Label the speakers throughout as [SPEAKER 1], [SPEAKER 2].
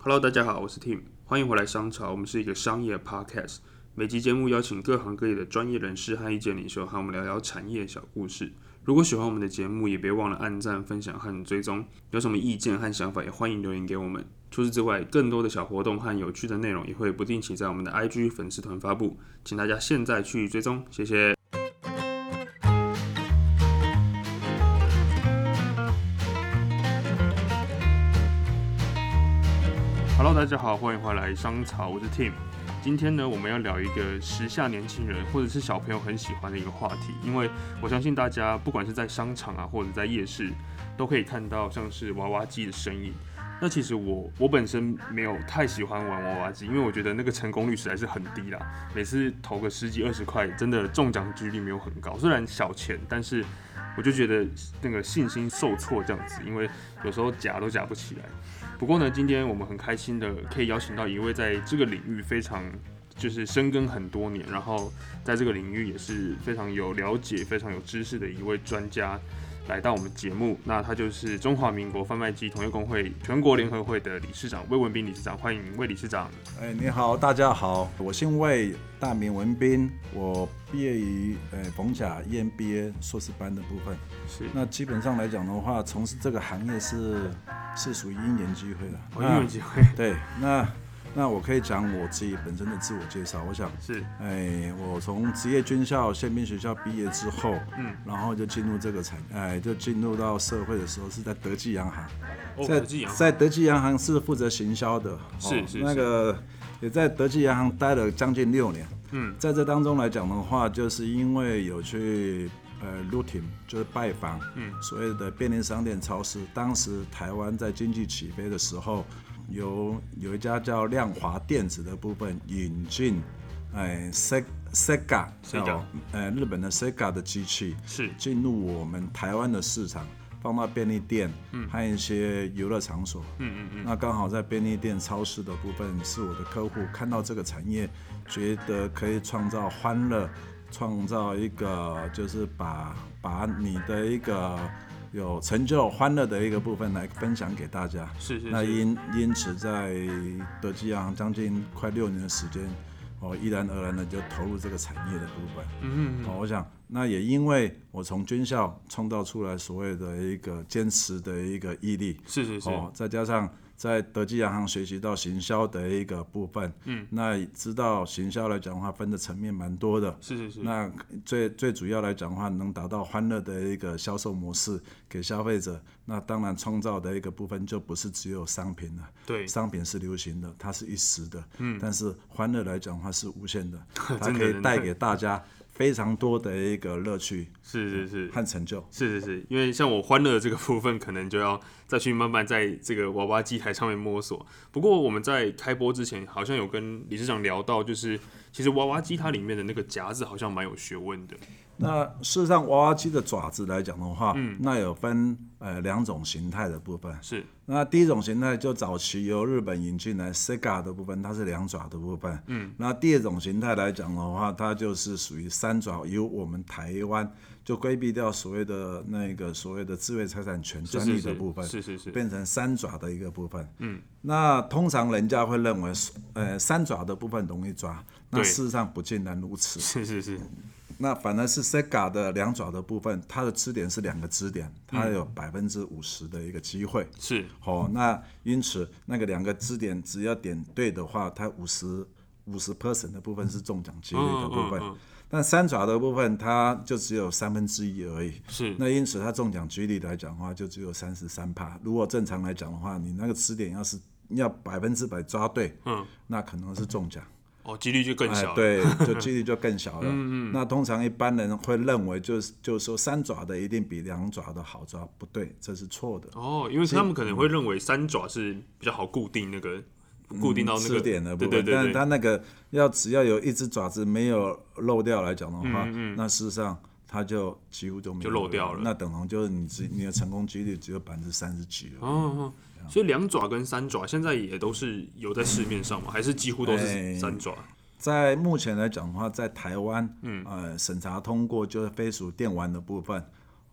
[SPEAKER 1] Hello，大家好，我是 Tim，欢迎回来商潮，我们是一个商业 Podcast。每集节目邀请各行各业的专业人士和意见领袖，和我们聊聊产业小故事。如果喜欢我们的节目，也别忘了按赞、分享和追踪。有什么意见和想法，也欢迎留言给我们。除此之外，更多的小活动和有趣的内容也会不定期在我们的 IG 粉丝团发布，请大家现在去追踪，谢谢。Hello，大家好，欢迎回来商潮，我是 Tim。今天呢，我们要聊一个时下年轻人或者是小朋友很喜欢的一个话题，因为我相信大家不管是在商场啊，或者在夜市，都可以看到像是娃娃机的身影。那其实我我本身没有太喜欢玩娃娃机，因为我觉得那个成功率实在是很低啦，每次投个十几二十块，真的中奖几率没有很高。虽然小钱，但是我就觉得那个信心受挫这样子，因为有时候夹都夹不起来。不过呢，今天我们很开心的可以邀请到一位在这个领域非常就是深耕很多年，然后在这个领域也是非常有了解、非常有知识的一位专家来到我们节目。那他就是中华民国贩卖机同业工会全国联合会的理事长魏文斌理事长，欢迎魏理事长。
[SPEAKER 2] 哎，你好，大家好，我姓魏，大名文斌，我毕业于呃逢甲 EMBA 硕士班的部分。
[SPEAKER 1] 是
[SPEAKER 2] 那基本上来讲的话，从事这个行业是是属于因缘机会的。
[SPEAKER 1] 我有
[SPEAKER 2] 那
[SPEAKER 1] 哦机会
[SPEAKER 2] 对，那那我可以讲我自己本身的自我介绍。我想，
[SPEAKER 1] 是
[SPEAKER 2] 哎，我从职业军校宪兵学校毕业之后，
[SPEAKER 1] 嗯，
[SPEAKER 2] 然后就进入这个产，哎，就进入到社会的时候是在德记洋行。
[SPEAKER 1] 哦，
[SPEAKER 2] 在
[SPEAKER 1] 国际洋
[SPEAKER 2] 在德记洋行是负责行销的，哦
[SPEAKER 1] 是是
[SPEAKER 2] 那个也在德记洋行待了将近六年。
[SPEAKER 1] 嗯，
[SPEAKER 2] 在这当中来讲的话，就是因为有去呃 looting，就是拜访，嗯，所谓的便利商店、超市。当时台湾在经济起飞的时候，有有一家叫亮华电子的部分引进，哎、呃、，Sega，
[SPEAKER 1] Sega
[SPEAKER 2] 哦呃，日本的 Sega 的机器，
[SPEAKER 1] 是
[SPEAKER 2] 进入我们台湾的市场，放到便利店，嗯，和一些游乐场所，嗯嗯嗯。那刚好在便利店、超市的部分是我的客户，看到这个产业，觉得可以创造欢乐，创造一个就是把把你的一个有成就、欢乐的一个部分来分享给大家。
[SPEAKER 1] 是是
[SPEAKER 2] 那
[SPEAKER 1] 是
[SPEAKER 2] 因因此，在德基洋将近快六年的时间，我毅然而然的就投入这个产业的部分。嗯嗯哦，我想那也因为我从军校创造出来所谓的一个坚持的一个毅力，
[SPEAKER 1] 是是是，
[SPEAKER 2] 哦，再加上在德基洋行学习到行销的一个部分，嗯，那知道行销来讲的话，分的层面蛮多的，
[SPEAKER 1] 是是是，
[SPEAKER 2] 那最最主要来讲的话，能达到欢乐的一个销售模式给消费者，那当然创造的一个部分就不是只有商品了。
[SPEAKER 1] 对
[SPEAKER 2] 商品是流行的，它是一时的，嗯，但是欢乐来讲的话是无 限的，它
[SPEAKER 1] 真的
[SPEAKER 2] 可
[SPEAKER 1] 真的
[SPEAKER 2] 以带给大家非常多的一个乐趣
[SPEAKER 1] 是是是。
[SPEAKER 2] 和成就。
[SPEAKER 1] 是是是，因为像我欢乐的这个部分，可能就要再去慢慢在这个娃娃机台上面摸索。不过我们在开播之前，好像有跟理事长聊到，就是其实娃娃机它里面的那个夹子好像蛮有学问的。
[SPEAKER 2] 那事实上，娃娃机的爪子来讲的话，
[SPEAKER 1] 嗯
[SPEAKER 2] 那有分呃两种形态的部分。
[SPEAKER 1] 是
[SPEAKER 2] 那第一种形态就早期由日本引进来 Sega 的部分，它是两爪的部分。嗯，那第二种形态来讲的话，它就是属于三爪，由我们台湾就规避掉所谓的那个所谓的智慧财产权专利的部分，
[SPEAKER 1] 是是是是
[SPEAKER 2] 变成三爪的一个部分。嗯，那通常人家会认为，呃，三爪的部分容易抓，那
[SPEAKER 1] 对
[SPEAKER 2] 事实上不尽然如此。
[SPEAKER 1] 是是是，
[SPEAKER 2] 那反而是 Sega 的两爪的部分，它的支点是两个支点，它
[SPEAKER 1] 嗯
[SPEAKER 2] 有百分之五十的一个机会。
[SPEAKER 1] 是
[SPEAKER 2] 好、那因此那个两个支点只要点对的话，它五十五十 percent 的部分是中奖几率的部分，
[SPEAKER 1] 嗯嗯嗯
[SPEAKER 2] 但三爪的部分它就只有三分之一而已。
[SPEAKER 1] 是
[SPEAKER 2] 那因此它中奖几率来讲的话，就只有三十三趴。如果正常来讲的话，你那个支点要是要百分之百抓对，
[SPEAKER 1] 嗯，
[SPEAKER 2] 那可能是中奖。
[SPEAKER 1] 哦，几率就更
[SPEAKER 2] 哎
[SPEAKER 1] 小了。，
[SPEAKER 2] 对，就几率就更小了。嗯嗯。那通常一般人会认为就是就是说三爪的一定比两爪的好抓，不对，这是错的。
[SPEAKER 1] 哦，因为他们可能会认为三爪是比较好固定那个，固定到那个
[SPEAKER 2] 支嗯点的部
[SPEAKER 1] 对
[SPEAKER 2] 分，
[SPEAKER 1] 对
[SPEAKER 2] 但
[SPEAKER 1] 对
[SPEAKER 2] 是它
[SPEAKER 1] 对，
[SPEAKER 2] 那个要只要有一只爪子没有漏掉来讲的话，那事实上它就几乎就没有
[SPEAKER 1] 嗯就漏掉了
[SPEAKER 2] 那等同就是你只你的成功几率只有百分之三十几了。
[SPEAKER 1] 哦，哦所以两爪跟三爪现在也都是有在市面上嘛，还是几乎都是
[SPEAKER 2] 哎
[SPEAKER 1] 三爪？
[SPEAKER 2] 在目前来讲的话，在台湾，嗯，呃，审查通过就是非属电玩的部分，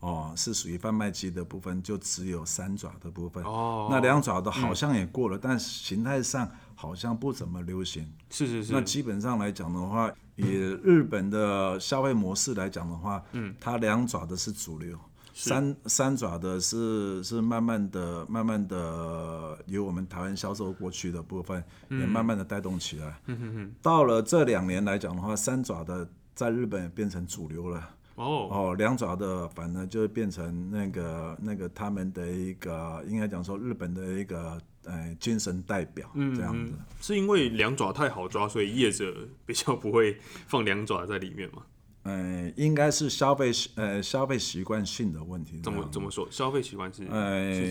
[SPEAKER 2] 哦，是属于贩卖机的部分，就只有三爪的部分。
[SPEAKER 1] 哦，
[SPEAKER 2] 那两爪的好像也过了，但形态上好像不怎么流行。
[SPEAKER 1] 是是是，
[SPEAKER 2] 那基本上来讲的话，以日本的消费模式来讲的话，嗯，它两爪的是主流，三三爪的是是慢慢的、慢慢的由我们台湾销售过去的部分，也慢慢的带动起来。
[SPEAKER 1] 嗯哼哼，
[SPEAKER 2] 到了这两年来讲的话，三爪的在日本也变成主流了。
[SPEAKER 1] 哦，
[SPEAKER 2] 哦，两爪的反正就是变成那个那个他们的一个，应该讲说日本的一个呃精神代表
[SPEAKER 1] 嗯
[SPEAKER 2] 这样子。
[SPEAKER 1] 是因为两爪太好抓，所以业者比较不会放两爪在里面嘛？
[SPEAKER 2] 呃，应该是消费习呃消费习惯性的问题。
[SPEAKER 1] 怎么怎
[SPEAKER 2] 么？
[SPEAKER 1] 么说？消费习惯是是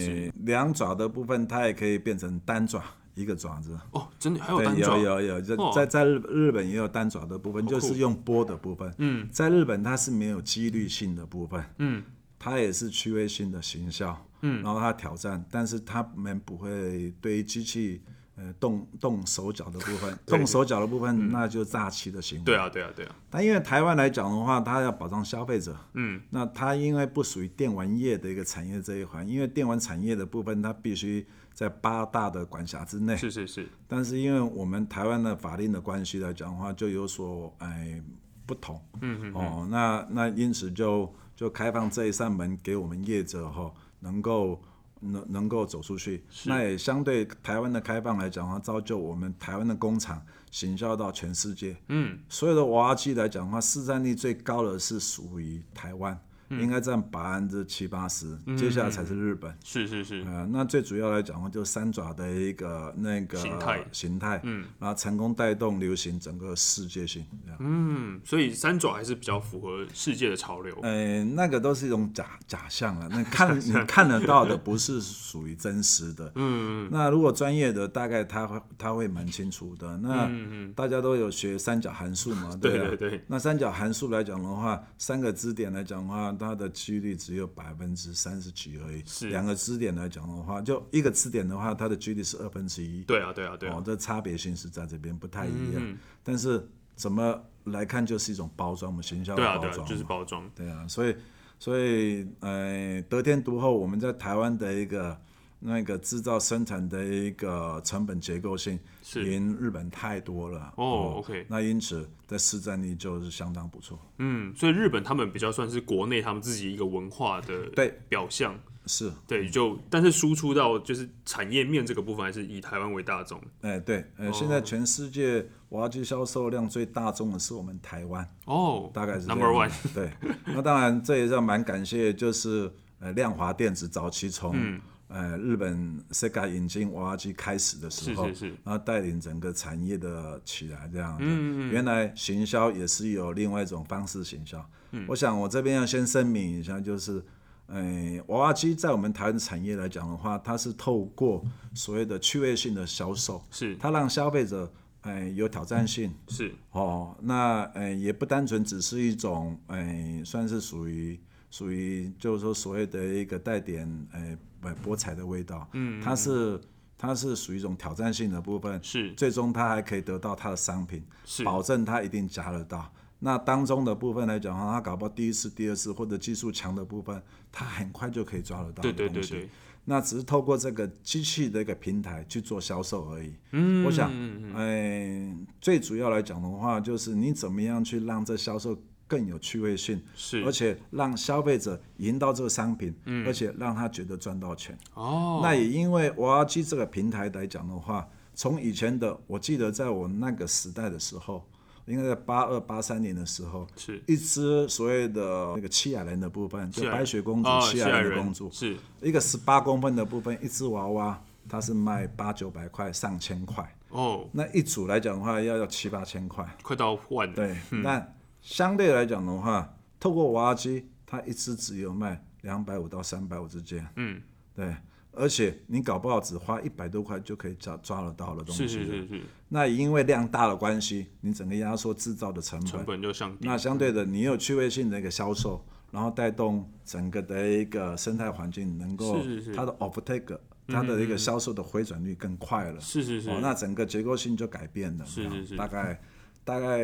[SPEAKER 1] 指
[SPEAKER 2] 呃，两爪的部分它也可以变成单爪，一个爪子。
[SPEAKER 1] 哦，真的还有
[SPEAKER 2] 对，
[SPEAKER 1] 单爪
[SPEAKER 2] 有有有，在
[SPEAKER 1] 哦
[SPEAKER 2] 在在日日本也有单爪的部分，就
[SPEAKER 1] 酷
[SPEAKER 2] 是用波的部分。嗯，在日本它是没有几率性的部分。
[SPEAKER 1] 嗯，
[SPEAKER 2] 它也是趣味性的行销。嗯，然后它挑战，但是他们不会对于机器呃动动手脚的部分，动手脚的部
[SPEAKER 1] 嗯
[SPEAKER 2] 分那就诈欺的行为。
[SPEAKER 1] 对啊对啊对啊，
[SPEAKER 2] 但因为台湾来讲的话，它要保障消费者，嗯，那它因为不属于电玩业的一个产业这一环，因为电玩产业的部分它必须在八大的管辖之内，
[SPEAKER 1] 是是是，
[SPEAKER 2] 但是因为我们台湾的法令的关系来讲的话，就有所哎不同，嗯嗯，哦，那那因此就就开放这一扇门给我们业者哈、能够能能够走出去，那也相对台湾的开放来讲的话，造就我们台湾的工厂行销到全世界，
[SPEAKER 1] 嗯，
[SPEAKER 2] 所有的娃娃机来讲的话，市占率最高的是属于台湾，应该占百分之七八十，接下来才是日本。
[SPEAKER 1] 是是是，
[SPEAKER 2] 呃，那最主要来讲的话，就是三爪的一个那个
[SPEAKER 1] 形态
[SPEAKER 2] 形态，嗯，然后成功带动流行整个世界性，这样，嗯，
[SPEAKER 1] 嗯，所以三爪还是比较符合世界的潮流。
[SPEAKER 2] 呃，那个都是一种假假象 了，那看你看得到的不是属于真实的，嗯，那如果专业的，大概他会他会蛮清楚的，那大家都有学三角函数 嘛，
[SPEAKER 1] 对
[SPEAKER 2] 啊
[SPEAKER 1] 对对，
[SPEAKER 2] 那三角函数来讲的话，三个支点来讲的话，它的几率只有百分之三十几而已。
[SPEAKER 1] 是
[SPEAKER 2] 两个支点来讲的话，就一个支点的话，它的几率是二分之一。
[SPEAKER 1] 对啊对啊对啊嗯
[SPEAKER 2] 哦，，这差别性是在这边不太一样。但是怎么来看，就是一种包装，我们行销的
[SPEAKER 1] 对啊
[SPEAKER 2] 包
[SPEAKER 1] 对
[SPEAKER 2] 装
[SPEAKER 1] 啊
[SPEAKER 2] 嘛。，
[SPEAKER 1] 就是包装。
[SPEAKER 2] 对啊，所以所以呃，得天独厚，我们在台湾的一个那个制造生产的一个成本结构性，
[SPEAKER 1] 是
[SPEAKER 2] 赢日本太多了。
[SPEAKER 1] 哦，OK
[SPEAKER 2] 那因此在市占率就是相当不错。
[SPEAKER 1] 嗯，所以日本他们比较算是国内他们自己一个文化的
[SPEAKER 2] 对嗯
[SPEAKER 1] 表象，
[SPEAKER 2] 是，
[SPEAKER 1] 对，就但是输出到就是产业面这个部分还是以台湾为大宗。
[SPEAKER 2] 哎、对，呃，
[SPEAKER 1] 哦
[SPEAKER 2] 现在全世界娃娃机销售量最大宗的是我们台湾，
[SPEAKER 1] 哦，
[SPEAKER 2] 大概是这样
[SPEAKER 1] Number One，
[SPEAKER 2] 对，那当然这也是蛮感谢，就是呃亮华电子早期从、
[SPEAKER 1] 嗯
[SPEAKER 2] 呃日本 Sega 引进娃娃机开始的时
[SPEAKER 1] 是
[SPEAKER 2] 候，
[SPEAKER 1] 是嗯是，
[SPEAKER 2] 然后带领整个产业的起来这样子。原来行销也是有另外一种方式行销。
[SPEAKER 1] 嗯
[SPEAKER 2] 我想我这边要先声明一下，就是。哎，娃娃机在我们台湾产业来讲的话，它是透过所谓的趣味性的销售，
[SPEAKER 1] 是
[SPEAKER 2] 它让消费者哎有挑战性，
[SPEAKER 1] 是
[SPEAKER 2] 哦，那呃也不单纯只是一种呃，算是属于属于就是说所谓的一个带点呃呃博彩的味道，嗯，它是它是属于一种挑战性的部分，
[SPEAKER 1] 是
[SPEAKER 2] 最终它还可以得到它的商品，
[SPEAKER 1] 是
[SPEAKER 2] 保证它一定夹得到。那当中的部分来讲的话，它搞不好第一次、第二次或者技术强的部分，它很快就可以抓得到的
[SPEAKER 1] 对
[SPEAKER 2] 东西。
[SPEAKER 1] 对对对，
[SPEAKER 2] 那只是透过这个机器的一个平台去做销售而已。嗯，我想，哎，最主要来讲的话，就是你怎么样去让这销售更有趣味性，
[SPEAKER 1] 是
[SPEAKER 2] 而且让消费者赢到这个商品，而且让他觉得赚到钱。
[SPEAKER 1] 哦，
[SPEAKER 2] 那也因为娃娃机这个平台来讲的话，从以前的，我记得在我那个时代的时候，应该在八二八三年的时候，
[SPEAKER 1] 是
[SPEAKER 2] 一只所谓的那个七雅人的部分，就
[SPEAKER 1] 西海
[SPEAKER 2] 白雪公主、
[SPEAKER 1] 哦
[SPEAKER 2] 七
[SPEAKER 1] 西
[SPEAKER 2] 雅
[SPEAKER 1] 海
[SPEAKER 2] 人的
[SPEAKER 1] 人
[SPEAKER 2] 公主，
[SPEAKER 1] 是
[SPEAKER 2] 一个十八公分的部分，一只娃娃，它是卖八九百块、上千块，
[SPEAKER 1] 哦，
[SPEAKER 2] 那一组来讲的话，要要七八千块。
[SPEAKER 1] 快到万了，
[SPEAKER 2] 对，那相对来讲的话，透过娃娃机，它一只只有卖两百五到三百五之间。
[SPEAKER 1] 嗯，
[SPEAKER 2] 对，而且你搞不好只花一百多块就可以抓抓得到的东西。
[SPEAKER 1] 是是是是，
[SPEAKER 2] 那因为量大的关系，你整个压缩制造的成本，
[SPEAKER 1] 成本就上低，
[SPEAKER 2] 那相对的，你有趣味性的一个销售，然后带动整个的一个生态环境能够
[SPEAKER 1] 是是是嗯
[SPEAKER 2] 它的 offtake，它的一个销售的回转率更快了。哦
[SPEAKER 1] 是是是
[SPEAKER 2] 哦，，那整个结构性就改变 了。
[SPEAKER 1] 是是是
[SPEAKER 2] 大概大概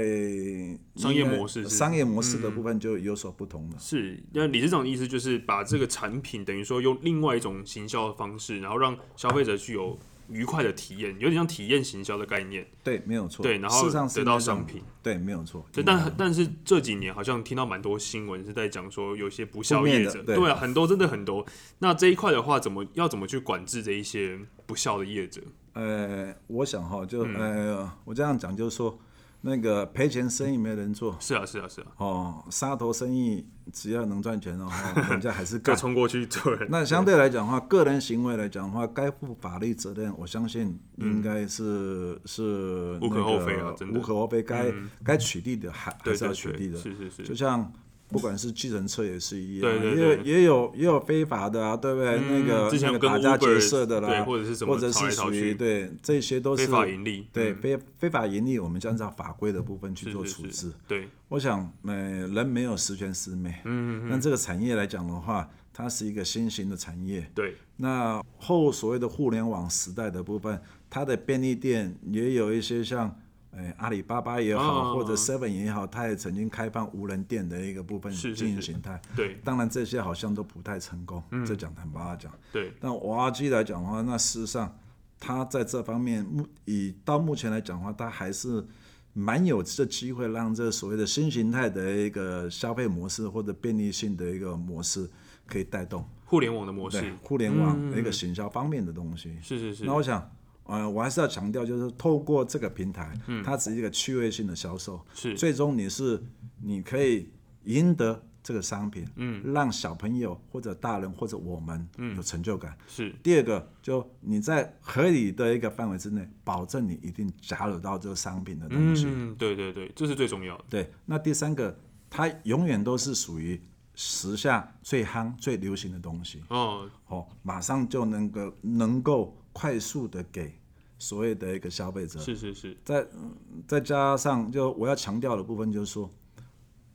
[SPEAKER 1] 商业模式是嗯
[SPEAKER 2] 商业模式的部分就有所不同了。
[SPEAKER 1] 是，那理事长的意思就是把这个产品等于说用另外一种行销的方式，然后让消费者具有愉快的体验，有点像体验行销的概念。
[SPEAKER 2] 对，没有错。
[SPEAKER 1] 对，然
[SPEAKER 2] 事
[SPEAKER 1] 后
[SPEAKER 2] 实上是
[SPEAKER 1] 得到
[SPEAKER 2] 那种
[SPEAKER 1] 商品。
[SPEAKER 2] 对，没有错。
[SPEAKER 1] 对，但但是这几年好像听到蛮多新闻是在讲说有些不孝
[SPEAKER 2] 负面
[SPEAKER 1] 业
[SPEAKER 2] 的
[SPEAKER 1] 者，
[SPEAKER 2] 对
[SPEAKER 1] 对啊，很多真的很多。那这一块的话，怎么要怎么去管制这一些不孝的业者？
[SPEAKER 2] 呃，我想哈，就、
[SPEAKER 1] 嗯
[SPEAKER 2] 呃，我这样讲就是说，那个赔钱生意没人做
[SPEAKER 1] 是啊，是啊，是啊，
[SPEAKER 2] 哦，杀头生意只要能赚钱哦，人家还是
[SPEAKER 1] 就
[SPEAKER 2] 干。
[SPEAKER 1] 冲过去做人。
[SPEAKER 2] 那相对来讲的话，个人行为来讲的话，该负法律责任，我相信应该是、是、
[SPEAKER 1] 嗯无
[SPEAKER 2] 那个、
[SPEAKER 1] 可厚非啊真的嗯
[SPEAKER 2] 无可厚非，该、该取缔的还还
[SPEAKER 1] 对
[SPEAKER 2] 是
[SPEAKER 1] 对
[SPEAKER 2] 要
[SPEAKER 1] 对，
[SPEAKER 2] 取缔的。
[SPEAKER 1] 是是，
[SPEAKER 2] 就是像不管是计程车也是一样，
[SPEAKER 1] 对对
[SPEAKER 2] 也
[SPEAKER 1] 对嗯
[SPEAKER 2] 有也有也有非法的啊，对不对？那个
[SPEAKER 1] 之前
[SPEAKER 2] 那
[SPEAKER 1] 有
[SPEAKER 2] 个
[SPEAKER 1] 跟
[SPEAKER 2] 打家劫
[SPEAKER 1] Uber
[SPEAKER 2] 舍的
[SPEAKER 1] 对
[SPEAKER 2] 啦，
[SPEAKER 1] 或者是什么
[SPEAKER 2] 或者
[SPEAKER 1] 吵来
[SPEAKER 2] 是
[SPEAKER 1] 吵
[SPEAKER 2] 属
[SPEAKER 1] 去
[SPEAKER 2] 于对这些都
[SPEAKER 1] 非
[SPEAKER 2] 是
[SPEAKER 1] 法盈利。
[SPEAKER 2] 对
[SPEAKER 1] 嗯，
[SPEAKER 2] 非非法盈利，我们就按照法规的部分去
[SPEAKER 1] 是
[SPEAKER 2] 做
[SPEAKER 1] 是
[SPEAKER 2] 处
[SPEAKER 1] 是
[SPEAKER 2] 置。
[SPEAKER 1] 对，
[SPEAKER 2] 我想，呃，人没有十全十美，嗯嗯，但这个产业来讲的话，它是一个新型的产业，
[SPEAKER 1] 对，
[SPEAKER 2] 那后所谓的互联网时代的部分，它的便利店也有一些像，呃，阿里巴巴也好，
[SPEAKER 1] 哦
[SPEAKER 2] 或者 Seven 也好，它也曾经开放无人店的一个部分
[SPEAKER 1] 是是
[SPEAKER 2] 经营
[SPEAKER 1] 是
[SPEAKER 2] 形态。
[SPEAKER 1] 对
[SPEAKER 2] 当然这些好像都不太成功，
[SPEAKER 1] 嗯
[SPEAKER 2] 这讲坦白讲。
[SPEAKER 1] 对，
[SPEAKER 2] 但娃娃机来讲的话，那事实上它在这方面目以到目前来讲的话，它还是蛮有这机会让这所谓的新形态的一个消费模式或者便利性的一个模式可以带动。
[SPEAKER 1] 互联网的模
[SPEAKER 2] 对
[SPEAKER 1] 式，
[SPEAKER 2] 互联网的一个行销方面的东西。
[SPEAKER 1] 是是是
[SPEAKER 2] 那，我想，呃，我还是要强调，就是透过这个平台，它只是一个趣味性的销售，
[SPEAKER 1] 嗯是
[SPEAKER 2] 最终你是你可以赢得这个商品，嗯，让小朋友或者大人或者我们
[SPEAKER 1] 嗯
[SPEAKER 2] 有成就感。
[SPEAKER 1] 是
[SPEAKER 2] 第二个，就你在合理的一个范围之内，保证你一定加入到这个商品的东西。
[SPEAKER 1] 嗯，对对对，这是最重要的。
[SPEAKER 2] 对，那第三个，它永远都是属于时下最夯、最流行的东西。
[SPEAKER 1] 哦，
[SPEAKER 2] 哦，马上就能够能够快速的给所谓的一个消费者。
[SPEAKER 1] 是是是，
[SPEAKER 2] 再嗯再加上就我要强调的部分就是说，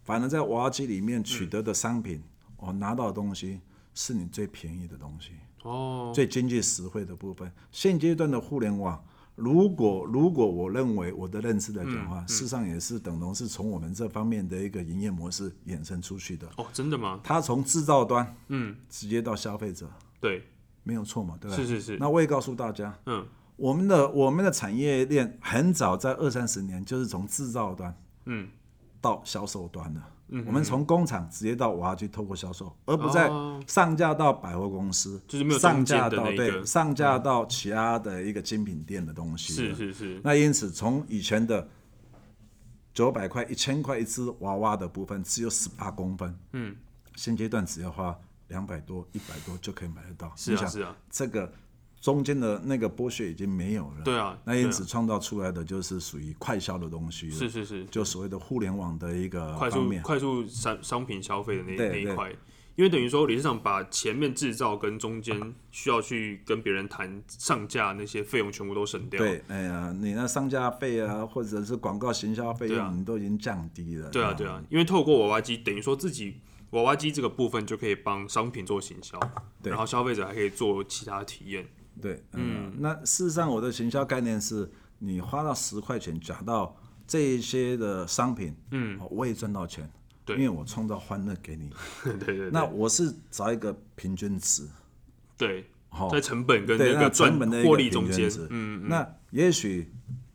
[SPEAKER 2] 反正在娃娃机里面取得的商品，我、哦、拿到的东西是你最便宜的东西，
[SPEAKER 1] 哦，
[SPEAKER 2] 最经济实惠的部分。现阶段的互联网。如果如果我认为我的认知来讲的话，
[SPEAKER 1] 嗯
[SPEAKER 2] 事实上也是等同是从我们这方面的一个营业模式衍生出去的。
[SPEAKER 1] 哦，真的吗？
[SPEAKER 2] 它从制造端，
[SPEAKER 1] 嗯，
[SPEAKER 2] 直接到消费者，
[SPEAKER 1] 对，
[SPEAKER 2] 没有错嘛，对吧？
[SPEAKER 1] 是是是，
[SPEAKER 2] 那我也告诉大家，
[SPEAKER 1] 嗯，
[SPEAKER 2] 我们的我们的产业链很早在二三十年就是从制造端，
[SPEAKER 1] 嗯，
[SPEAKER 2] 到销售端的。嗯，我们从工厂直接到娃娃机透过销售，而不再
[SPEAKER 1] 哦
[SPEAKER 2] 上架到百货公司，
[SPEAKER 1] 就是没有中间
[SPEAKER 2] 上架
[SPEAKER 1] 的
[SPEAKER 2] 到
[SPEAKER 1] 那
[SPEAKER 2] 对
[SPEAKER 1] 个
[SPEAKER 2] 上架到其他的一个精品店的东西。
[SPEAKER 1] 是。是是，
[SPEAKER 2] 那因此，从以前的九百块、一千块一只娃娃的部分，只有十八公分。
[SPEAKER 1] 嗯，
[SPEAKER 2] 现阶段只要花两百多、一百多就可以买得到。
[SPEAKER 1] 是
[SPEAKER 2] 你
[SPEAKER 1] 啊
[SPEAKER 2] 想
[SPEAKER 1] 是啊，
[SPEAKER 2] 这个中间的那个剥削已经没有了。
[SPEAKER 1] 对啊
[SPEAKER 2] 那
[SPEAKER 1] 对
[SPEAKER 2] 因
[SPEAKER 1] 啊
[SPEAKER 2] 此创造出来的就是属于快销的东西了，
[SPEAKER 1] 是是是，
[SPEAKER 2] 就所谓的互联网的一个
[SPEAKER 1] 快
[SPEAKER 2] 方
[SPEAKER 1] 速
[SPEAKER 2] 面。
[SPEAKER 1] 快速商商品消费的那
[SPEAKER 2] 对
[SPEAKER 1] 那一
[SPEAKER 2] 对
[SPEAKER 1] 块，因为等于说理事长把前面制造跟中间需要去跟别人谈上架那些费用全部都省掉，
[SPEAKER 2] 对，哎呀，你那上架费啊，或者是广告行销费
[SPEAKER 1] 对啊
[SPEAKER 2] 用，你都已经降低了。
[SPEAKER 1] 对啊，
[SPEAKER 2] 嗯
[SPEAKER 1] 对啊，因为透过娃娃机，等于说自己娃娃机这个部分就可以帮商品做行销，
[SPEAKER 2] 对
[SPEAKER 1] 然后消费者还可以做其他体验。
[SPEAKER 2] 对，嗯，那事实上我的行销概念是，你花到十块钱假到这一些的商品，嗯，我也赚到钱，
[SPEAKER 1] 对
[SPEAKER 2] 因为我创造欢乐给你。
[SPEAKER 1] 对对
[SPEAKER 2] 那我是找一个平均值，
[SPEAKER 1] 对，
[SPEAKER 2] 好
[SPEAKER 1] 在成本跟
[SPEAKER 2] 哦对，
[SPEAKER 1] 那个赚
[SPEAKER 2] 成本的一个
[SPEAKER 1] 获利中
[SPEAKER 2] 平
[SPEAKER 1] 间
[SPEAKER 2] 均，值，嗯，那也许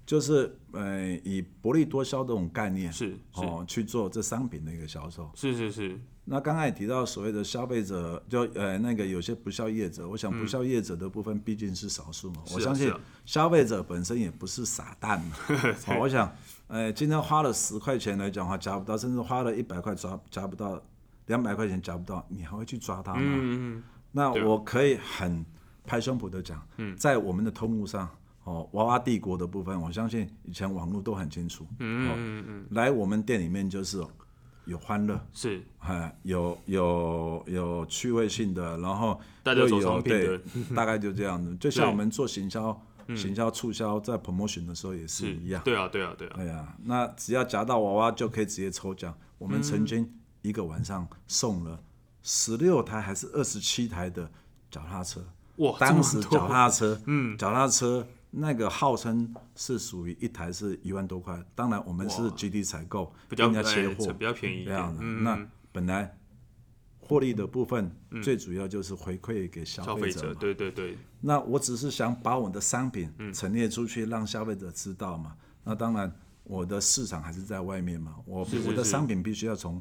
[SPEAKER 2] 就是呃，以薄利多销这种概念
[SPEAKER 1] 是是
[SPEAKER 2] 哦去做这商品的一个销售。
[SPEAKER 1] 是是是，
[SPEAKER 2] 那刚才也提到所谓的消费者，就呃那个有些不孝业者，我想不孝业者的部分毕竟是少数嘛，
[SPEAKER 1] 嗯是啊
[SPEAKER 2] 我相信
[SPEAKER 1] 是啊
[SPEAKER 2] 消费者本身也不是傻蛋嘛。 哦我想，呃，今天花了十块钱来讲的话，夹不到，甚至花了一百块抓夹不到，两百块钱夹不到，你还会去抓他吗？
[SPEAKER 1] 嗯嗯
[SPEAKER 2] 那我可以很拍胸脯的讲，
[SPEAKER 1] 嗯
[SPEAKER 2] 在我们的通路上，哦，娃娃帝国的部分，我相信以前网络都很清楚，哦
[SPEAKER 1] 嗯嗯嗯，
[SPEAKER 2] 来我们店里面就是有欢乐，
[SPEAKER 1] 是
[SPEAKER 2] 哎，有有有趣味性的，然后
[SPEAKER 1] 大家
[SPEAKER 2] 又
[SPEAKER 1] 走
[SPEAKER 2] 有
[SPEAKER 1] 商品的
[SPEAKER 2] 对， 大概就这样子。就像
[SPEAKER 1] 对嗯
[SPEAKER 2] 我们做行销、行销促销，在 promotion 的时候也是
[SPEAKER 1] 是
[SPEAKER 2] 一样。
[SPEAKER 1] 对啊对啊对啊，
[SPEAKER 2] 哎呀，那只要夹到娃娃就可以直接抽奖。我们
[SPEAKER 1] 嗯
[SPEAKER 2] 曾经一个晚上送了十六台还是二十七台的脚踏车，
[SPEAKER 1] 哇，这
[SPEAKER 2] 当
[SPEAKER 1] 么
[SPEAKER 2] 时
[SPEAKER 1] 多
[SPEAKER 2] 脚踏车，嗯，脚踏车那个号称是属于一台是一万多块，当然我们是
[SPEAKER 1] 哇
[SPEAKER 2] 集体采购，
[SPEAKER 1] 比较
[SPEAKER 2] 跟人家切
[SPEAKER 1] 哎
[SPEAKER 2] 货啊
[SPEAKER 1] 比较便宜一
[SPEAKER 2] 这
[SPEAKER 1] 点
[SPEAKER 2] 样的。
[SPEAKER 1] 嗯
[SPEAKER 2] 那本来获利的部分最主要就是回馈给消
[SPEAKER 1] 消费
[SPEAKER 2] 费者
[SPEAKER 1] 者，嗯
[SPEAKER 2] 嘛。
[SPEAKER 1] 对对对，
[SPEAKER 2] 那我只是想把我的商品陈列出去，让消费者知道嘛。那当然，我的市场还是在外面嘛。我
[SPEAKER 1] 是是嗯
[SPEAKER 2] 我的
[SPEAKER 1] 是
[SPEAKER 2] 商品必须要从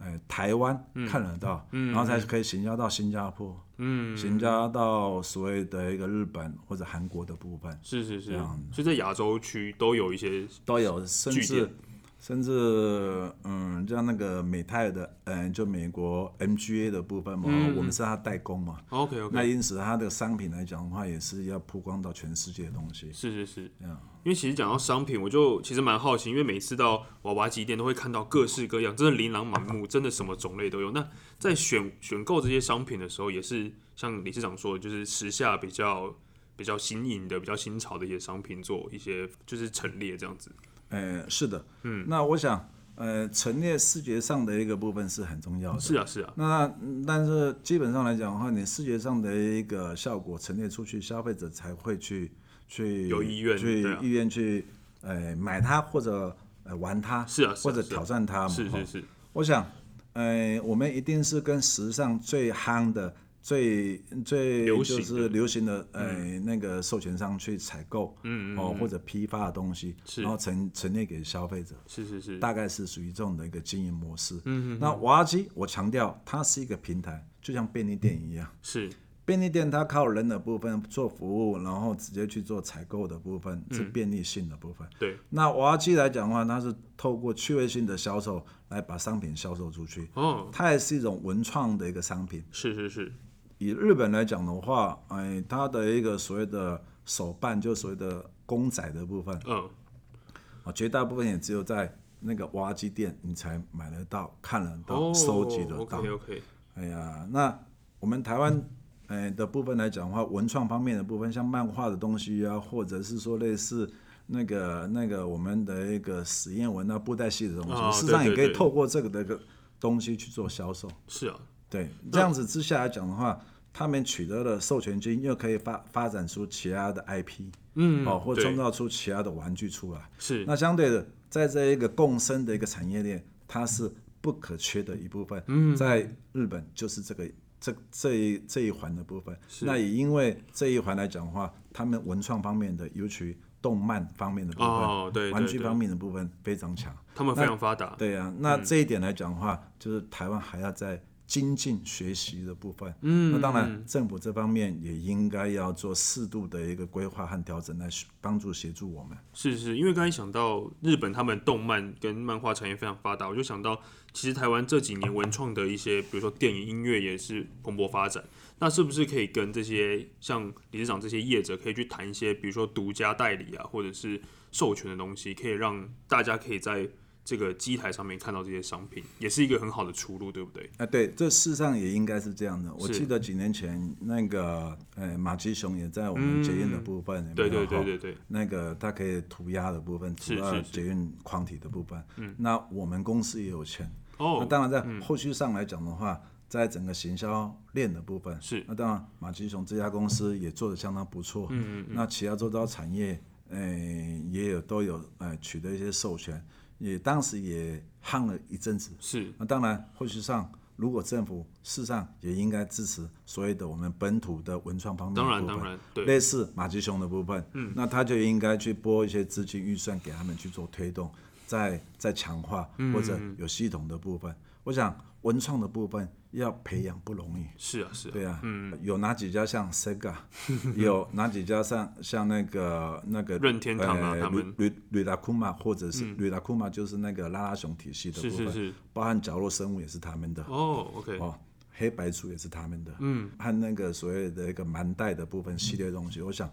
[SPEAKER 2] 呃台湾看得到，然后才可以行销到新加坡，嗯，行销到所谓的一个日本或者韩国的部分
[SPEAKER 1] 是是是，所以在亚洲区都有一些
[SPEAKER 2] 都有，甚
[SPEAKER 1] 据点
[SPEAKER 2] 至甚至嗯，像那个美泰的，嗯、就美国 MGA 的部分嘛，我们是它代工嘛。
[SPEAKER 1] ，OK 嗯 OK，
[SPEAKER 2] 那因此，它的商品来讲的话，也是要曝光到全世界的东西。
[SPEAKER 1] 是是是，因为其实讲到商品，我就其实蛮好奇，因为每次到娃娃机店都会看到各式各样，真的琳琅满目，真的什么种类都有。那在选选购这些商品的时候，也是像理事长说的，就是时下比较比较新颖的、比较新潮的一些商品做一些就是陈列这样子。
[SPEAKER 2] 呃，是的，嗯，那我想，呃，陈列视觉上的一个部分是很重要的。
[SPEAKER 1] 是啊，是啊，
[SPEAKER 2] 那但是基本上来讲的话，你视觉上的一个效果陈列出去，消费者才会去去
[SPEAKER 1] 有意愿
[SPEAKER 2] 去
[SPEAKER 1] 对啊
[SPEAKER 2] 意愿去呃买它或者呃玩它，
[SPEAKER 1] 是啊是啊
[SPEAKER 2] 或者
[SPEAKER 1] 是啊
[SPEAKER 2] 挑战它嘛。
[SPEAKER 1] 是
[SPEAKER 2] 哈
[SPEAKER 1] 是是，
[SPEAKER 2] 我想，呃，我们一定是跟时尚最夯的、最最
[SPEAKER 1] 流行
[SPEAKER 2] 就
[SPEAKER 1] 的嗯
[SPEAKER 2] 是流行的，呃，那个授权商去采购，嗯哦或者批发的东西，
[SPEAKER 1] 是
[SPEAKER 2] 然后陈陈列给消费者，
[SPEAKER 1] 是是是，
[SPEAKER 2] 大概是属于这种的一个经营模式。嗯那娃娃机，我强调它是一个平台，就像便利店一样。
[SPEAKER 1] 是
[SPEAKER 2] 便利店它靠人的部分做服务，然后直接去做采购的部分是便利性的部分。
[SPEAKER 1] 对，
[SPEAKER 2] 那娃娃机来讲的话，它是透过趣味性的销售来把商品销售出去，
[SPEAKER 1] 哦，
[SPEAKER 2] 它也是一种文创的一个商品。
[SPEAKER 1] 是是是，
[SPEAKER 2] 以日本来讲的话，哎，它的一个所谓的手办，就所谓的公仔的部分，
[SPEAKER 1] 嗯，
[SPEAKER 2] 啊，绝大部分也只有在那个娃娃机店你才买得到、看得
[SPEAKER 1] 哦
[SPEAKER 2] 到、，收集得到
[SPEAKER 1] OK。OK，
[SPEAKER 2] 哎呀，那我们台湾哎的部分来讲的话，文创方面的部分，像漫画的东西啊，或者是说类似那个那个我们的一个实验文啊、布袋戏的东
[SPEAKER 1] 哦
[SPEAKER 2] 西，事
[SPEAKER 1] 对
[SPEAKER 2] 实上也
[SPEAKER 1] 对
[SPEAKER 2] 可以
[SPEAKER 1] 对
[SPEAKER 2] 透过这个的一个东西去做销售。
[SPEAKER 1] 是啊，
[SPEAKER 2] 对，这样子之下来讲的话，他们取得了授权金，又可以发发展出其他的 IP，嗯，哦，或
[SPEAKER 1] 对
[SPEAKER 2] 创造出其他的玩具出来。
[SPEAKER 1] 是
[SPEAKER 2] 那相对的，在这一个共生的一个产业链，它是不可缺的一部分。嗯，在日本就是这个这这一这一环的部分。那也因为这一环来讲的话，他们文创方面的，尤其动漫方面的部分，
[SPEAKER 1] 哦对对
[SPEAKER 2] 玩具
[SPEAKER 1] 对嗯
[SPEAKER 2] 方面的部分非常强。
[SPEAKER 1] 他们非常发达，
[SPEAKER 2] 对啊，那这一点来讲的话，就是台湾还要在精进学习的部分。嗯，那当然，政府这方面也应该要做适度的一个规划和调整，来帮助协助我们。
[SPEAKER 1] 是是，因为刚才想到日本他们动漫跟漫画产业非常发达，我就想到其实台湾这几年文创的一些，比如说电影、音乐也是蓬勃发展。那是不是可以跟这些像理事长这些业者可以去谈一些，比如说独家代理啊，或者是授权的东西，可以让大家可以在这个机台上面看到这些商品，也是一个很好的出路，对不对？
[SPEAKER 2] 啊，对，这事实上也应该是这样的。我
[SPEAKER 1] 是
[SPEAKER 2] 记得几年前那个呃马吉熊也在我们捷运的部分，有没
[SPEAKER 1] 嗯对
[SPEAKER 2] 有
[SPEAKER 1] 对对
[SPEAKER 2] 哈
[SPEAKER 1] 对对，
[SPEAKER 2] 那个它可以涂鸦的部分，涂
[SPEAKER 1] 是
[SPEAKER 2] 到
[SPEAKER 1] 是是
[SPEAKER 2] 捷运框体的部分。嗯，那我们公司也有钱。那
[SPEAKER 1] 哦，
[SPEAKER 2] 当然，在后续上来讲的话，在整个行销链的部分，
[SPEAKER 1] 是
[SPEAKER 2] 那当然，马吉雄这家公司也做得相当不错。嗯嗯那其他周遭产业，呃，也有都有呃取得一些授权，也当时也夯了一阵子。
[SPEAKER 1] 是
[SPEAKER 2] 那当然，后续上如果政府事实上也应该支持所谓的我们本土的文创方面的
[SPEAKER 1] 当然
[SPEAKER 2] 部分
[SPEAKER 1] 当然对
[SPEAKER 2] 类似马吉熊的部分，嗯，那他就应该去拨一些资金预算给他们去做推动，再再强化
[SPEAKER 1] 嗯
[SPEAKER 2] 或者有系统的部分。我想文创的部分要培养不容易，
[SPEAKER 1] 是啊是啊，
[SPEAKER 2] 对啊，嗯，有哪几家像 Sega，有哪几家像像那个那个
[SPEAKER 1] 任天堂啊
[SPEAKER 2] 呃
[SPEAKER 1] 他们嗯
[SPEAKER 2] 吕吕达库玛或者是吕达库玛就是那个拉拉熊体系的
[SPEAKER 1] 是
[SPEAKER 2] 部分，
[SPEAKER 1] 是是，
[SPEAKER 2] 包含角落生物也是他们的
[SPEAKER 1] 哦，OK，
[SPEAKER 2] 哦，黑白鼠也是他们的，嗯，和那个所谓的一个蛮带的部分系列东西，我想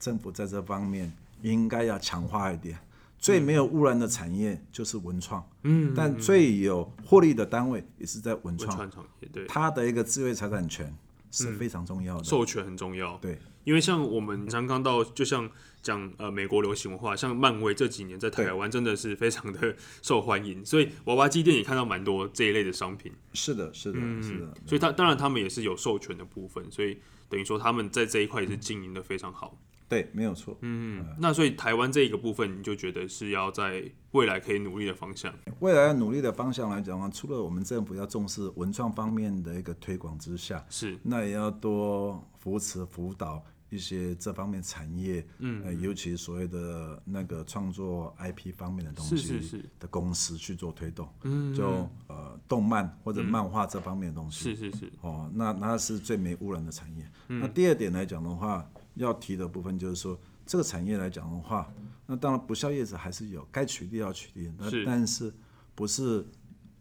[SPEAKER 2] 政府在这方面应该要强化一点。最没有污染的产业就是文创，嗯，但最有获利的单位也是在文
[SPEAKER 1] 文
[SPEAKER 2] 创，嗯
[SPEAKER 1] 创产业对，
[SPEAKER 2] 它的一个智慧财产权是非常重要的。
[SPEAKER 1] 授权很重要，
[SPEAKER 2] 对，
[SPEAKER 1] 因为像我们常看到，就像讲呃美国流行文化，像漫威这几年在台湾真的是非常的 受欢迎，所以娃娃机店也看到蛮多这一类的商品，
[SPEAKER 2] 是的，是的，是的。
[SPEAKER 1] 所以他当然他们也是有授权的部分，所以等于说他们在这一块也是经营的非常好。
[SPEAKER 2] 对，没有错。
[SPEAKER 1] 嗯，那所以台湾这一个部分，你就觉得是要在未来可以努力的方向。
[SPEAKER 2] 未来努力的方向来讲啊，除了我们政府要重视文创方面的一个推广之下，
[SPEAKER 1] 是，
[SPEAKER 2] 那也要多扶持辅导一些这方面产业，嗯、呃，尤其所谓的那个创作 IP 方面的东西
[SPEAKER 1] 是是是
[SPEAKER 2] 的公司去做推动，嗯，就呃动漫或者漫画这方面的东西，
[SPEAKER 1] 嗯是嗯是是，
[SPEAKER 2] 哦，那那是最没污染的产业。那第二点来讲的话，要提的部分就是说，这个产业来讲的话，那当然不孝业者还是有，该取缔要取缔，那
[SPEAKER 1] 是
[SPEAKER 2] 但是不是，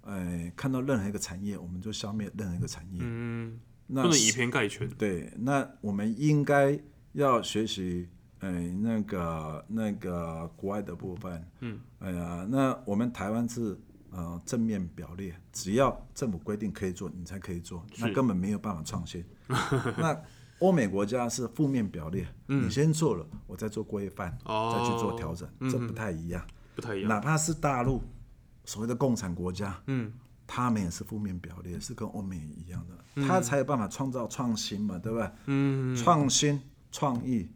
[SPEAKER 2] 呃，看到任何一个产业我们就消灭任何一个产业，嗯，
[SPEAKER 1] 不
[SPEAKER 2] 那
[SPEAKER 1] 能以偏概全。
[SPEAKER 2] 对，那我们应该要学习，呃，那个那个国外的部分，嗯，哎呀，那我们台湾是呃正面表列，只要政府规定可以做，你才可以做，那根本没有办法创 新。那欧美国家是负面表列，你先做了，我再做规范，再去做调整，这不太一样。
[SPEAKER 1] 不太一样。
[SPEAKER 2] 哪怕是大陆所谓的共产国家，嗯，他们也是负面表列，是跟欧美一样的，
[SPEAKER 1] 嗯
[SPEAKER 2] 他才有办法创造创新嘛，对吧？嗯，创新、创意，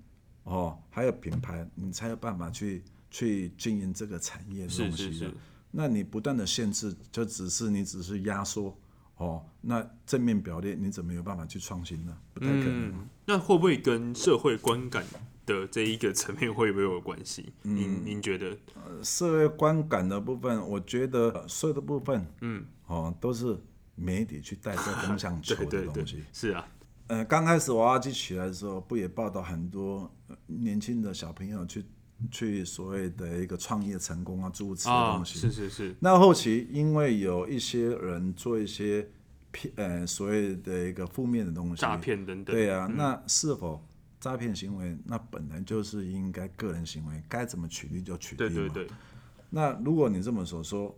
[SPEAKER 2] 哦，还有品牌，你才有办法去去经营这个产业的东西
[SPEAKER 1] 是
[SPEAKER 2] 的。
[SPEAKER 1] 是是
[SPEAKER 2] 那你不断的限制，就只是你只是压缩。哦，那正面表列你怎么有办法去创新呢？不太可能。
[SPEAKER 1] 那会不会跟社会观感的这一个层面会不会有关系？
[SPEAKER 2] 嗯
[SPEAKER 1] 您您觉得？
[SPEAKER 2] 社会观感的部分，我觉得呃所有的部分，嗯，哦，都是媒体去带这个风向球
[SPEAKER 1] 对
[SPEAKER 2] 的
[SPEAKER 1] 对
[SPEAKER 2] 东
[SPEAKER 1] 对
[SPEAKER 2] 西。，
[SPEAKER 1] 是啊，
[SPEAKER 2] 呃，刚开始娃娃机起来的时候，不也报道很多呃年轻的小朋友去去所谓的一个创业成功啊，诸如此类的
[SPEAKER 1] 啊，
[SPEAKER 2] 东西。
[SPEAKER 1] 是是是，
[SPEAKER 2] 那后期因为有一些人做一些骗，呃，所谓的一个负面的东西，
[SPEAKER 1] 诈骗嗯等等。
[SPEAKER 2] 对啊，那是否诈骗行为，那本来就是应该个人行为，该怎么取缔就取
[SPEAKER 1] 对
[SPEAKER 2] 缔
[SPEAKER 1] 对
[SPEAKER 2] 嘛。
[SPEAKER 1] 对，
[SPEAKER 2] 那如果你这么所说，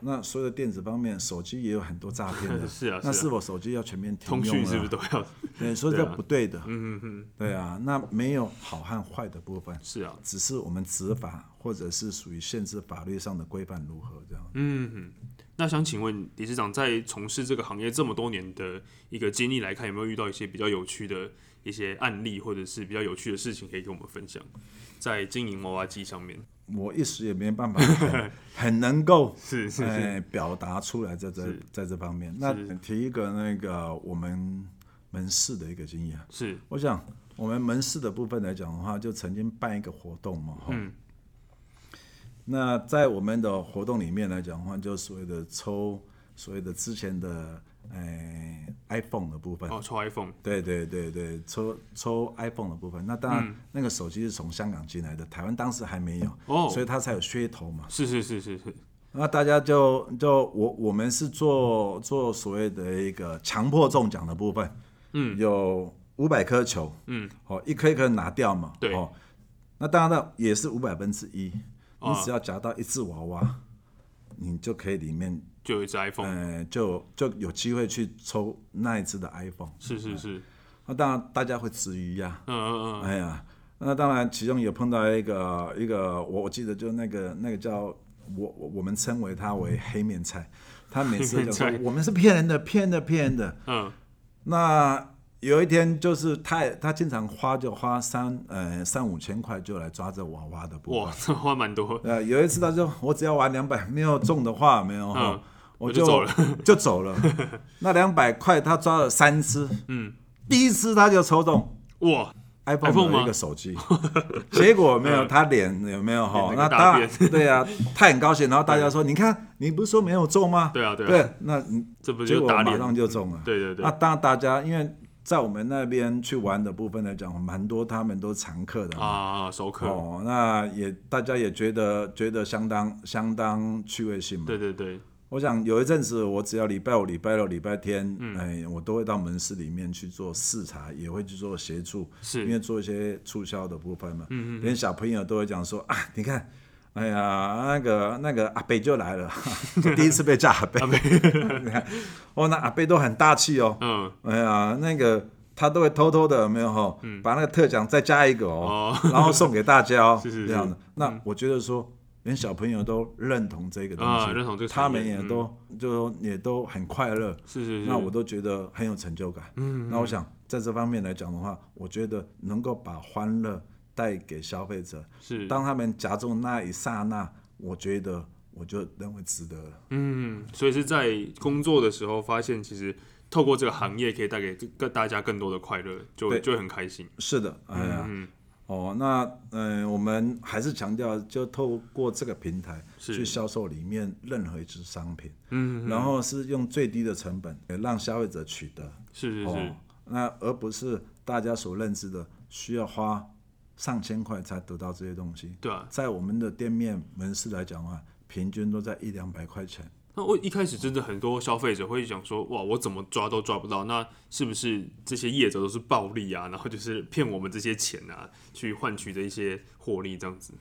[SPEAKER 2] 那所有的电子方面，手机也有很多诈骗的。
[SPEAKER 1] 是 啊是啊
[SPEAKER 2] 那是否手机要全面停用
[SPEAKER 1] 通
[SPEAKER 2] 了？
[SPEAKER 1] 讯是不是都要？
[SPEAKER 2] 对，所以
[SPEAKER 1] 对
[SPEAKER 2] 这
[SPEAKER 1] 啊
[SPEAKER 2] 不对的。嗯嗯嗯。对啊，那没有好和坏的部分，
[SPEAKER 1] 是啊，
[SPEAKER 2] 只是我们执法或者是属于限制法律上的规范如何这样。
[SPEAKER 1] 嗯那想请问理事长，在从事这个行业这么多年的一个经历来看，有没有遇到一些比较有趣的一些案例，或者是比较有趣的事情可以跟我们分享？在经营娃娃机上面，
[SPEAKER 2] 我一时也没办法 很很能够
[SPEAKER 1] 是是是，
[SPEAKER 2] 哎表达出来在这在这方面。那提一个那个我们门市的一个经验，
[SPEAKER 1] 是
[SPEAKER 2] 我想我们门市的部分来讲的话，就曾经办一个活动嘛，哈、
[SPEAKER 1] 嗯
[SPEAKER 2] 那在我们的活动里面来讲的话，就所谓的抽所谓的之前的哎 iPhone 的部分。
[SPEAKER 1] 哦，抽 iPhone
[SPEAKER 2] 对对对对，抽抽 iPhone 的部分，那
[SPEAKER 1] 嗯
[SPEAKER 2] 当然那个手机是从香港进来的，台湾当时还没有，
[SPEAKER 1] 哦
[SPEAKER 2] 所以它才有噱头嘛。
[SPEAKER 1] 是是是是是，
[SPEAKER 2] 那大家就就我我们是做做所谓的一个强迫中奖的部分，嗯，有五百颗球，嗯，哦，一颗一颗拿掉嘛，
[SPEAKER 1] 对
[SPEAKER 2] 哦，那当然了，也是五百分之一，
[SPEAKER 1] 啊
[SPEAKER 2] 你只要夹到一只娃娃，你就可以里面，
[SPEAKER 1] 就有一只 iPhone，、
[SPEAKER 2] 呃，就就有机会去抽那一只的 iPhone，
[SPEAKER 1] 是是是，
[SPEAKER 2] 那当然大家会质疑呀、
[SPEAKER 1] 嗯嗯嗯，
[SPEAKER 2] 哎呀，那当然，其中有碰到一个一个，我我记得就那个那个叫我我我们称为他为黑面菜，他每次就说
[SPEAKER 1] 黑面菜
[SPEAKER 2] 我们是骗人的，骗人的，骗人的。
[SPEAKER 1] 嗯，
[SPEAKER 2] 那有一天就是他也他经常花就花三呃三五千块就来抓这娃娃的部
[SPEAKER 1] 哇
[SPEAKER 2] 分。，
[SPEAKER 1] 这花蛮多，
[SPEAKER 2] 呃，有一次他就我只要玩两百，没有中的话没有哈、
[SPEAKER 1] 嗯
[SPEAKER 2] 我
[SPEAKER 1] 我就走了，
[SPEAKER 2] 就走 了。那两百块他抓了三只，嗯，第一只他就抽中，
[SPEAKER 1] 哇，iPhone
[SPEAKER 2] iPhone
[SPEAKER 1] 吗嗯
[SPEAKER 2] 的一个手机， 结果没有他脸有没有哈？
[SPEAKER 1] 脸那个
[SPEAKER 2] 那
[SPEAKER 1] 大
[SPEAKER 2] 他
[SPEAKER 1] 变
[SPEAKER 2] 对啊，他很高兴，然后大 家说：“你看，你不是说没有中吗？”
[SPEAKER 1] 对啊对啊
[SPEAKER 2] 对，那你
[SPEAKER 1] 这不
[SPEAKER 2] 结
[SPEAKER 1] 就
[SPEAKER 2] 果
[SPEAKER 1] 打
[SPEAKER 2] 马
[SPEAKER 1] 脸？
[SPEAKER 2] 上啊就中了。
[SPEAKER 1] 对对对
[SPEAKER 2] 那当然大家因为在我们那边去玩的部分来讲，蛮多他们都是常客的嘛
[SPEAKER 1] 啊，熟客，
[SPEAKER 2] 哦，那也大家也觉得觉得相当相当趣味性嘛。
[SPEAKER 1] 对对对，
[SPEAKER 2] 我想有一阵子，我只要礼拜五、礼拜六、礼拜天，
[SPEAKER 1] 嗯
[SPEAKER 2] 哎，我都会到门市里面去做视察，也会去做协助，
[SPEAKER 1] 是
[SPEAKER 2] 因为做一些促销的部分嘛。嗯嗯，连小朋友都会讲说啊，你看，哎呀，那个那个阿贝就来了， 第一次被叫阿贝，你看， 哦，那阿贝都很大气哦，
[SPEAKER 1] 嗯，
[SPEAKER 2] 哎呀，那个他都会偷偷的，有没有哈、
[SPEAKER 1] 嗯
[SPEAKER 2] 把那个特奖再加一个哦， 然后送给大家哦，
[SPEAKER 1] 是是嗯
[SPEAKER 2] 这样的。那我觉得说，连小朋友都认同这个东西，
[SPEAKER 1] 啊认同这个
[SPEAKER 2] 他们
[SPEAKER 1] 产业
[SPEAKER 2] 也都、就也都很快乐。
[SPEAKER 1] 是是是
[SPEAKER 2] 那，我都觉得
[SPEAKER 1] 嗯
[SPEAKER 2] 很有成就感。嗯，那我想在这方面来讲的话，我觉得能够把欢乐带给消费者。
[SPEAKER 1] 是，
[SPEAKER 2] 当他们夹中那一刹那，我觉得我就认为值得了。
[SPEAKER 1] 嗯，所以是在工作的时候发现，其实透过这个行业可以带给更大家更多的快乐，就
[SPEAKER 2] 对
[SPEAKER 1] 就会很开心。
[SPEAKER 2] 是的，哎呀，
[SPEAKER 1] 嗯
[SPEAKER 2] 哦，那嗯、呃我们还是强调，就透过这个平台
[SPEAKER 1] 是
[SPEAKER 2] 去销售里面任何一支商品，
[SPEAKER 1] 嗯，
[SPEAKER 2] 然后是用最低的成本呃让消费者取得，
[SPEAKER 1] 是是是，
[SPEAKER 2] 哦，那而不是大家所认知的需要花上千块才得到这些东西。
[SPEAKER 1] 对啊。
[SPEAKER 2] 在我们的店面门市来讲的话，平均都在一两百块钱。
[SPEAKER 1] 那我一开始真的很多消费者会想说，哇，我怎么抓都抓不到，那是不是这些业者都是暴利啊？然后就是骗我们这些钱啊，去换取的一些获利这样子。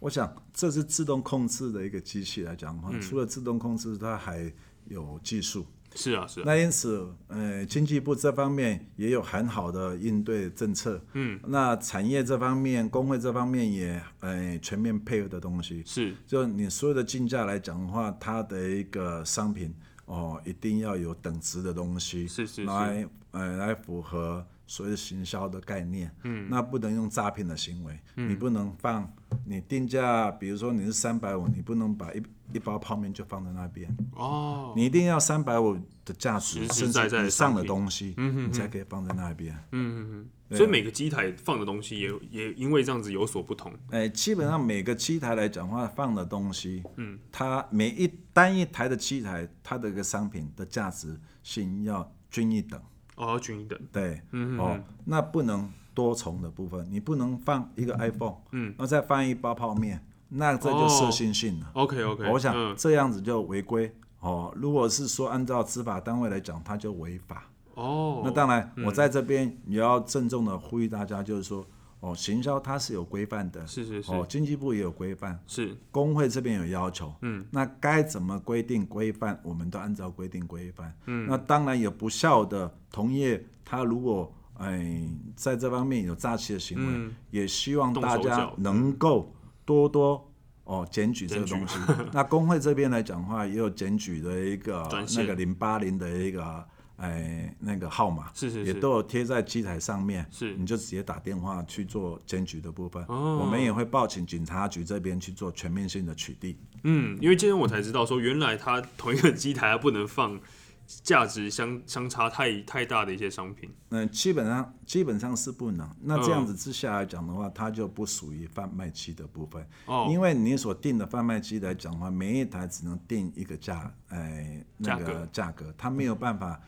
[SPEAKER 2] 我想这是自动控制的一个机器来讲的话，除了自动控制，它还有技术。
[SPEAKER 1] 是啊，是啊，
[SPEAKER 2] 那因此，呃，经济部这方面也有很好的应对政策。嗯，那产业这方面、工会这方面也呃全面配合的东西。
[SPEAKER 1] 是
[SPEAKER 2] 就你所有的竞价来讲的话，它的一个商品哦，一定要有等值的东西，
[SPEAKER 1] 是是是
[SPEAKER 2] 来呃来符合所谓的行销的概念。嗯，那不能用诈骗的行为，
[SPEAKER 1] 嗯
[SPEAKER 2] 你不能放你定价，比如说你是三百五，你不能把一一包泡面就放在那边。
[SPEAKER 1] 哦，
[SPEAKER 2] 你一定要三百五的价值
[SPEAKER 1] 实，实
[SPEAKER 2] 甚
[SPEAKER 1] 在在
[SPEAKER 2] 至
[SPEAKER 1] 的
[SPEAKER 2] 以上
[SPEAKER 1] 商
[SPEAKER 2] 的
[SPEAKER 1] 品嗯
[SPEAKER 2] 东西，你才可以放在那边。啊
[SPEAKER 1] 所以每个机台放的东西也也因为这样子有所不同。
[SPEAKER 2] 哎，基本上每个机台来讲的话，放的东西，嗯，它每一单一台的机台，它的一个商品的价值性要均一等，
[SPEAKER 1] 哦，要均一等，
[SPEAKER 2] 对，嗯，哦，那不能多重的部分，你不能放一个 iPhone，嗯，然后再放一包泡面，那这就
[SPEAKER 1] 哦
[SPEAKER 2] 色心性了。
[SPEAKER 1] OK OK，
[SPEAKER 2] 哦我想
[SPEAKER 1] 嗯，
[SPEAKER 2] 这样子就违规哦。如果是说按照执法单位来讲，它就违法。
[SPEAKER 1] 哦，
[SPEAKER 2] 那当然，我在这边也要郑重的呼吁大家，就是说，哦，行销它是有规范的，
[SPEAKER 1] 是是是
[SPEAKER 2] 哦，经济部也有规范，
[SPEAKER 1] 是
[SPEAKER 2] 工会这边有要求，嗯，那该怎么规定规范，我们都按照规定规范，嗯，那当然有不孝的同业，他如果哎在这方面有诈欺的行为，也希望
[SPEAKER 1] 嗯
[SPEAKER 2] 大
[SPEAKER 1] 动手
[SPEAKER 2] 家
[SPEAKER 1] 脚
[SPEAKER 2] 能够多多。哦，检举这个
[SPEAKER 1] 检举
[SPEAKER 2] 东西，那工会这边来讲的话，也有检举的一个
[SPEAKER 1] 专线
[SPEAKER 2] 那个零八零的一个哎那个号码，
[SPEAKER 1] 是是
[SPEAKER 2] 也
[SPEAKER 1] 是，
[SPEAKER 2] 都有贴在机台上面，
[SPEAKER 1] 是
[SPEAKER 2] 你就直接打电话去做检举的部分。
[SPEAKER 1] 哦
[SPEAKER 2] 我们也会报请警察局这边去做全面性的取缔。
[SPEAKER 1] 嗯，因为今天我才知道说，原来它同一个机台它不能放价值相相差太太大的一些商品。
[SPEAKER 2] 嗯，基本上基本上是不能。那这
[SPEAKER 1] 嗯
[SPEAKER 2] 样子之下来讲的话，它就不属于贩卖机的部分，
[SPEAKER 1] 哦
[SPEAKER 2] 因为你所定的贩卖机来讲的话，每一台只能定一个价，哎、那
[SPEAKER 1] 价格
[SPEAKER 2] 个价格，它没有办法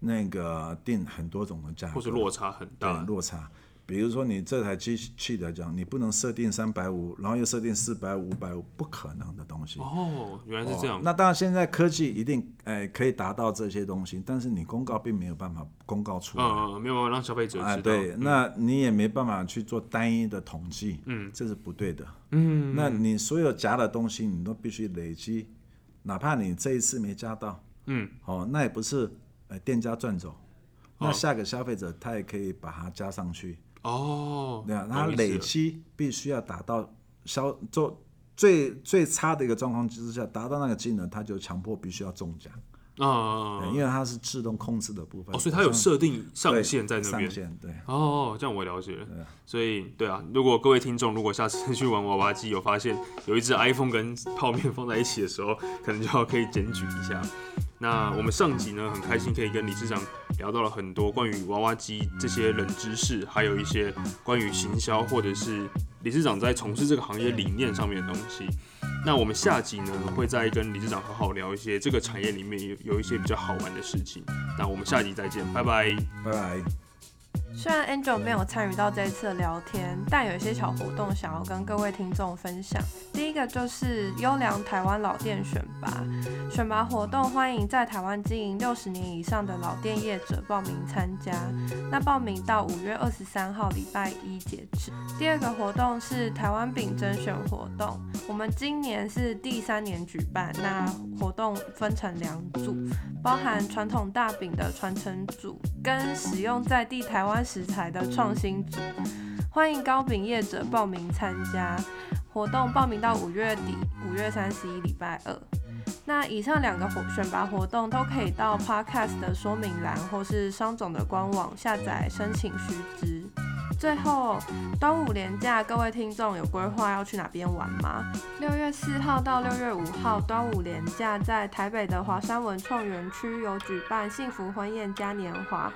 [SPEAKER 2] 那个定很多种的价格，
[SPEAKER 1] 或是落差很
[SPEAKER 2] 对
[SPEAKER 1] 大，
[SPEAKER 2] 落差。比如说你这台机器来讲，你不能设定三百五，然后又设定四百、五百五，不可能的东西。
[SPEAKER 1] 哦，原来是这样，
[SPEAKER 2] 那当然，现在科技一定哎、可以达到这些东西，但是你公告并没有办法公告出来。
[SPEAKER 1] 嗯嗯，没有办法让消费者
[SPEAKER 2] 啊，
[SPEAKER 1] 知道，
[SPEAKER 2] 对，那你也没办法去做单一的统计，嗯，这是不对的，嗯，那你所有夹的东西，你都必须累积，哪怕你这一次没夹到，
[SPEAKER 1] 嗯，
[SPEAKER 2] 哦，那也不是呃店家赚走，那下个消费者他也可以把它加上去，
[SPEAKER 1] 哦，
[SPEAKER 2] 对啊，
[SPEAKER 1] 懂
[SPEAKER 2] 它
[SPEAKER 1] 意思
[SPEAKER 2] 累
[SPEAKER 1] 了
[SPEAKER 2] 积必须要达到消做最最差的一个状况之下，达到那个技能，他就强迫必须要中奖，
[SPEAKER 1] 啊，
[SPEAKER 2] 因为它是自动控制的部分，
[SPEAKER 1] 哦，所以它有设定上
[SPEAKER 2] 哎对
[SPEAKER 1] 限在那边
[SPEAKER 2] 上。限对。
[SPEAKER 1] 哦，这样我了解了。所以，对啊，如果各位听众如果下次去玩娃娃机，有发现有一只 iPhone 跟泡面放在一起的时候，可能就要可以检举一下。那我们上集呢，很开心可以跟理事长聊到了很多关于娃娃机这些冷知识，还有一些关于行销或者是理事长在从事这个行业理念上面的东西。那我们下集呢，会再跟理事长好好聊一些这个产业里面有有一些比较好玩的事情。那我们下集再见，拜拜。
[SPEAKER 2] 拜拜。
[SPEAKER 3] 虽然 Angel 没有参与到这一次的聊天，但有一些小活动想要跟各位听众分享。第一个就是优良台湾老店选拔，选拔活动欢迎在台湾经营六十年以上的老店业者报名参加。那报名到五月二十三号礼拜一截止。第二个活动是台湾饼甄选活动，我们今年是第三年举办，那活动分成两组，包含传统大饼的传承组跟使用在地台湾食材的创新组。欢迎糕饼业者报名参加活动，报名到五月底，五月三十一礼拜二。那以上两个活选拔活动都可以到 Podcast 的说明栏或是商总的官网下载申请须知。最后，端午连假，各位听众有规划要去哪边玩吗？六月四号到六月五号，端午连假在台北的华山文创园区有举办幸福婚宴嘉年华。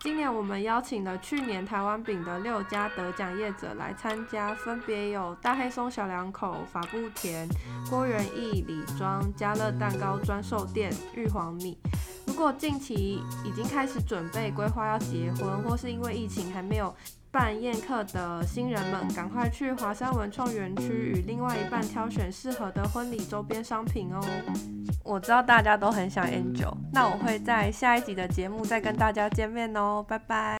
[SPEAKER 3] 今年我们邀请了去年台湾饼的六家得奖业者来参加，分别有大黑松小两口、法布田、郭元义、李庄、家乐蛋糕专售店、玉皇米。如果近期已经开始准备规划要结婚，或是因为疫情还没有办宴客的新人们，赶快去华山文创园区与另外一半挑选适合的婚礼周边商品哦。我知道大家都很想 Angel，那我会在下一集的节目再跟大家见面哦，拜拜。